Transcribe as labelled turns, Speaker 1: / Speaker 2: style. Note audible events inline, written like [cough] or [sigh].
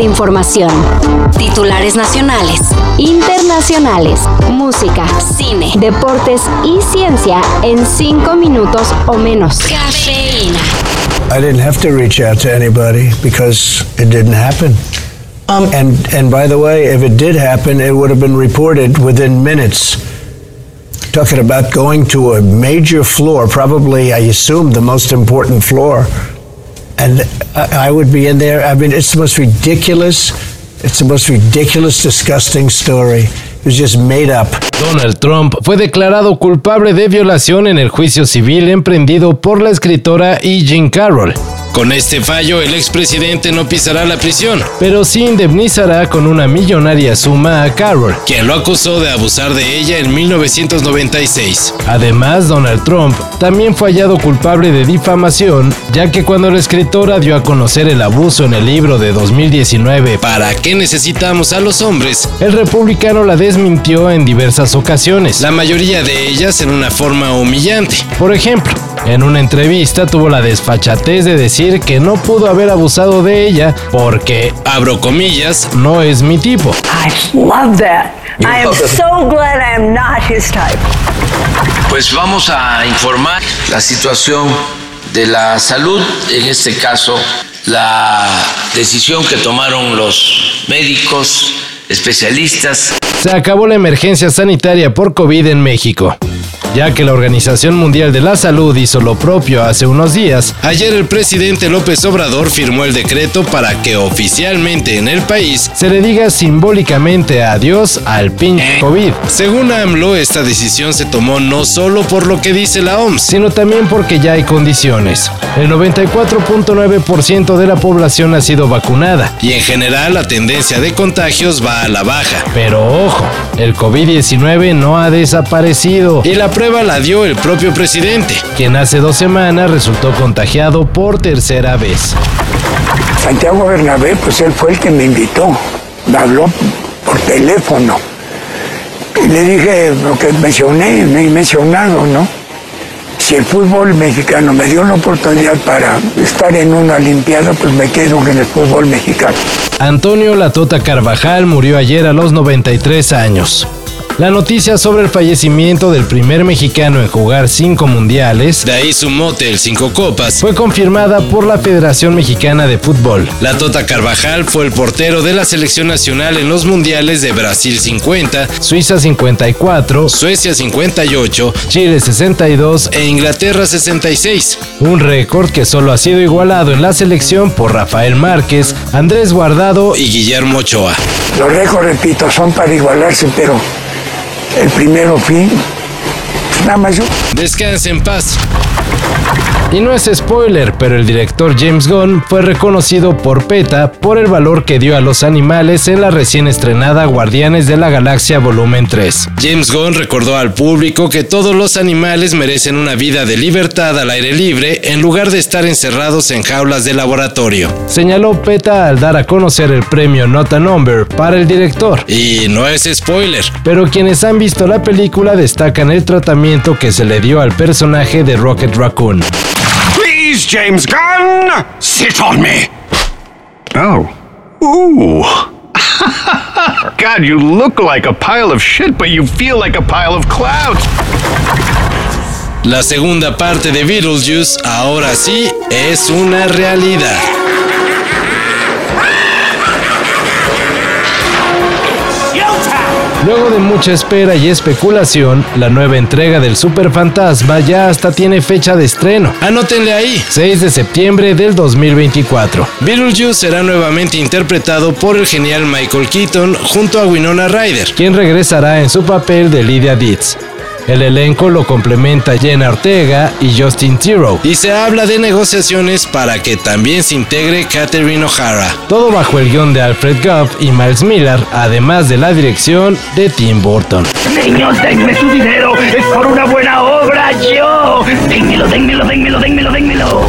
Speaker 1: información. Titulares nacionales, internacionales, música, cine, deportes y ciencia en cinco minutos o menos. Cafeína.
Speaker 2: I didn't have to reach out to anybody because it didn't happen.
Speaker 3: Um,
Speaker 2: And, and by the way, if it did happen, it would have been reported within minutes. Talking about going to a major floor, probably, I assume, the most important floor. And I I would be in there. I mean, it's the most ridiculous, it's the most ridiculous, disgusting story. It was just made up.
Speaker 4: Donald Trump fue declarado culpable de violación en el juicio civil emprendido por la escritora E. Jean Carroll. Con este fallo, el expresidente no pisará la prisión, pero sí indemnizará con una millonaria suma a Carroll, quien lo acusó de abusar de ella en 1996. Además, Donald Trump también fue hallado culpable de difamación, ya que cuando la escritora dio a conocer el abuso en el libro de 2019 ¿Para qué necesitamos a los hombres? El republicano la desmintió en diversas ocasiones, la mayoría de ellas en una forma humillante. Por ejemplo, en una entrevista tuvo la desfachatez de decir que no pudo haber abusado de ella porque, abro comillas, no es mi tipo.
Speaker 5: I love that. I am so glad I am not his type.
Speaker 6: Pues vamos a informar la situación de la salud, en este caso la decisión que tomaron los médicos especialistas.
Speaker 4: Se acabó la emergencia sanitaria por COVID en México. Ya que la Organización Mundial de la Salud hizo lo propio hace unos días, ayer el presidente López Obrador firmó el decreto para que oficialmente en el país se le diga simbólicamente adiós al pinche COVID. Según AMLO, esta decisión se tomó no solo por lo que dice la OMS, sino también porque ya hay condiciones. El 94.9% de la población ha sido vacunada y en general la tendencia de contagios va a la baja. Pero ojo, el COVID-19 no ha desaparecido y la prueba la dio el propio presidente, quien hace dos semanas resultó contagiado por tercera vez.
Speaker 7: Santiago Bernabé, pues él fue el que me invitó. Me habló por teléfono. Y le dije lo que mencioné, me he mencionado, ¿no? Si el fútbol mexicano me dio la oportunidad para estar en una Olimpiada, pues me quedo en el fútbol mexicano.
Speaker 4: Antonio Latota Carvajal murió ayer a los 93 años. La noticia sobre el fallecimiento del primer mexicano en jugar cinco mundiales, de ahí su mote el cinco copas, fue confirmada por la Federación Mexicana de Fútbol. La Tota Carvajal fue el portero de la selección nacional en los mundiales de Brasil 50, Suiza 54, Suecia 58, Chile 62 e Inglaterra 66. Un récord que solo ha sido igualado en la selección por Rafael Márquez, Andrés Guardado y Guillermo Ochoa.
Speaker 7: Los récords, repito, son para igualarse, pero el primero fin, nada más yo.
Speaker 4: Descanse en paz. Y no es spoiler, pero el director James Gunn fue reconocido por PETA por el valor que dio a los animales en la recién estrenada Guardianes de la Galaxia Volumen 3. James Gunn recordó al público que todos los animales merecen una vida de libertad al aire libre en lugar de estar encerrados en jaulas de laboratorio. Señaló PETA al dar a conocer el premio Not a Number para el director. Y no es spoiler, pero quienes han visto la película destacan el tratamiento que se le dio al personaje de Rocket Raccoon.
Speaker 8: Please, James Gunn, sit on me. Oh. Ooh. [laughs] God, you look like a pile of shit, but you feel like a pile of clouds.
Speaker 4: La segunda parte de Beetlejuice ahora sí es una realidad. Luego de mucha espera y especulación, la nueva entrega del Super Fantasma ya hasta tiene fecha de estreno. Anótenle ahí, 6 de septiembre del 2024. Beetlejuice será nuevamente interpretado por el genial Michael Keaton junto a Winona Ryder, quien regresará en su papel de Lydia Dietz. El elenco lo complementa Jenna Ortega y Justin Tiro. Y se habla de negociaciones para que también se integre Catherine O'Hara. Todo bajo el guión de Alfred Goff y Miles Miller, además de la dirección de Tim Burton.
Speaker 9: Señor, denme su dinero. Es por una buena obra, yo. Dénmelo, dénmelo, dénmelo, dénmelo, dénmelo.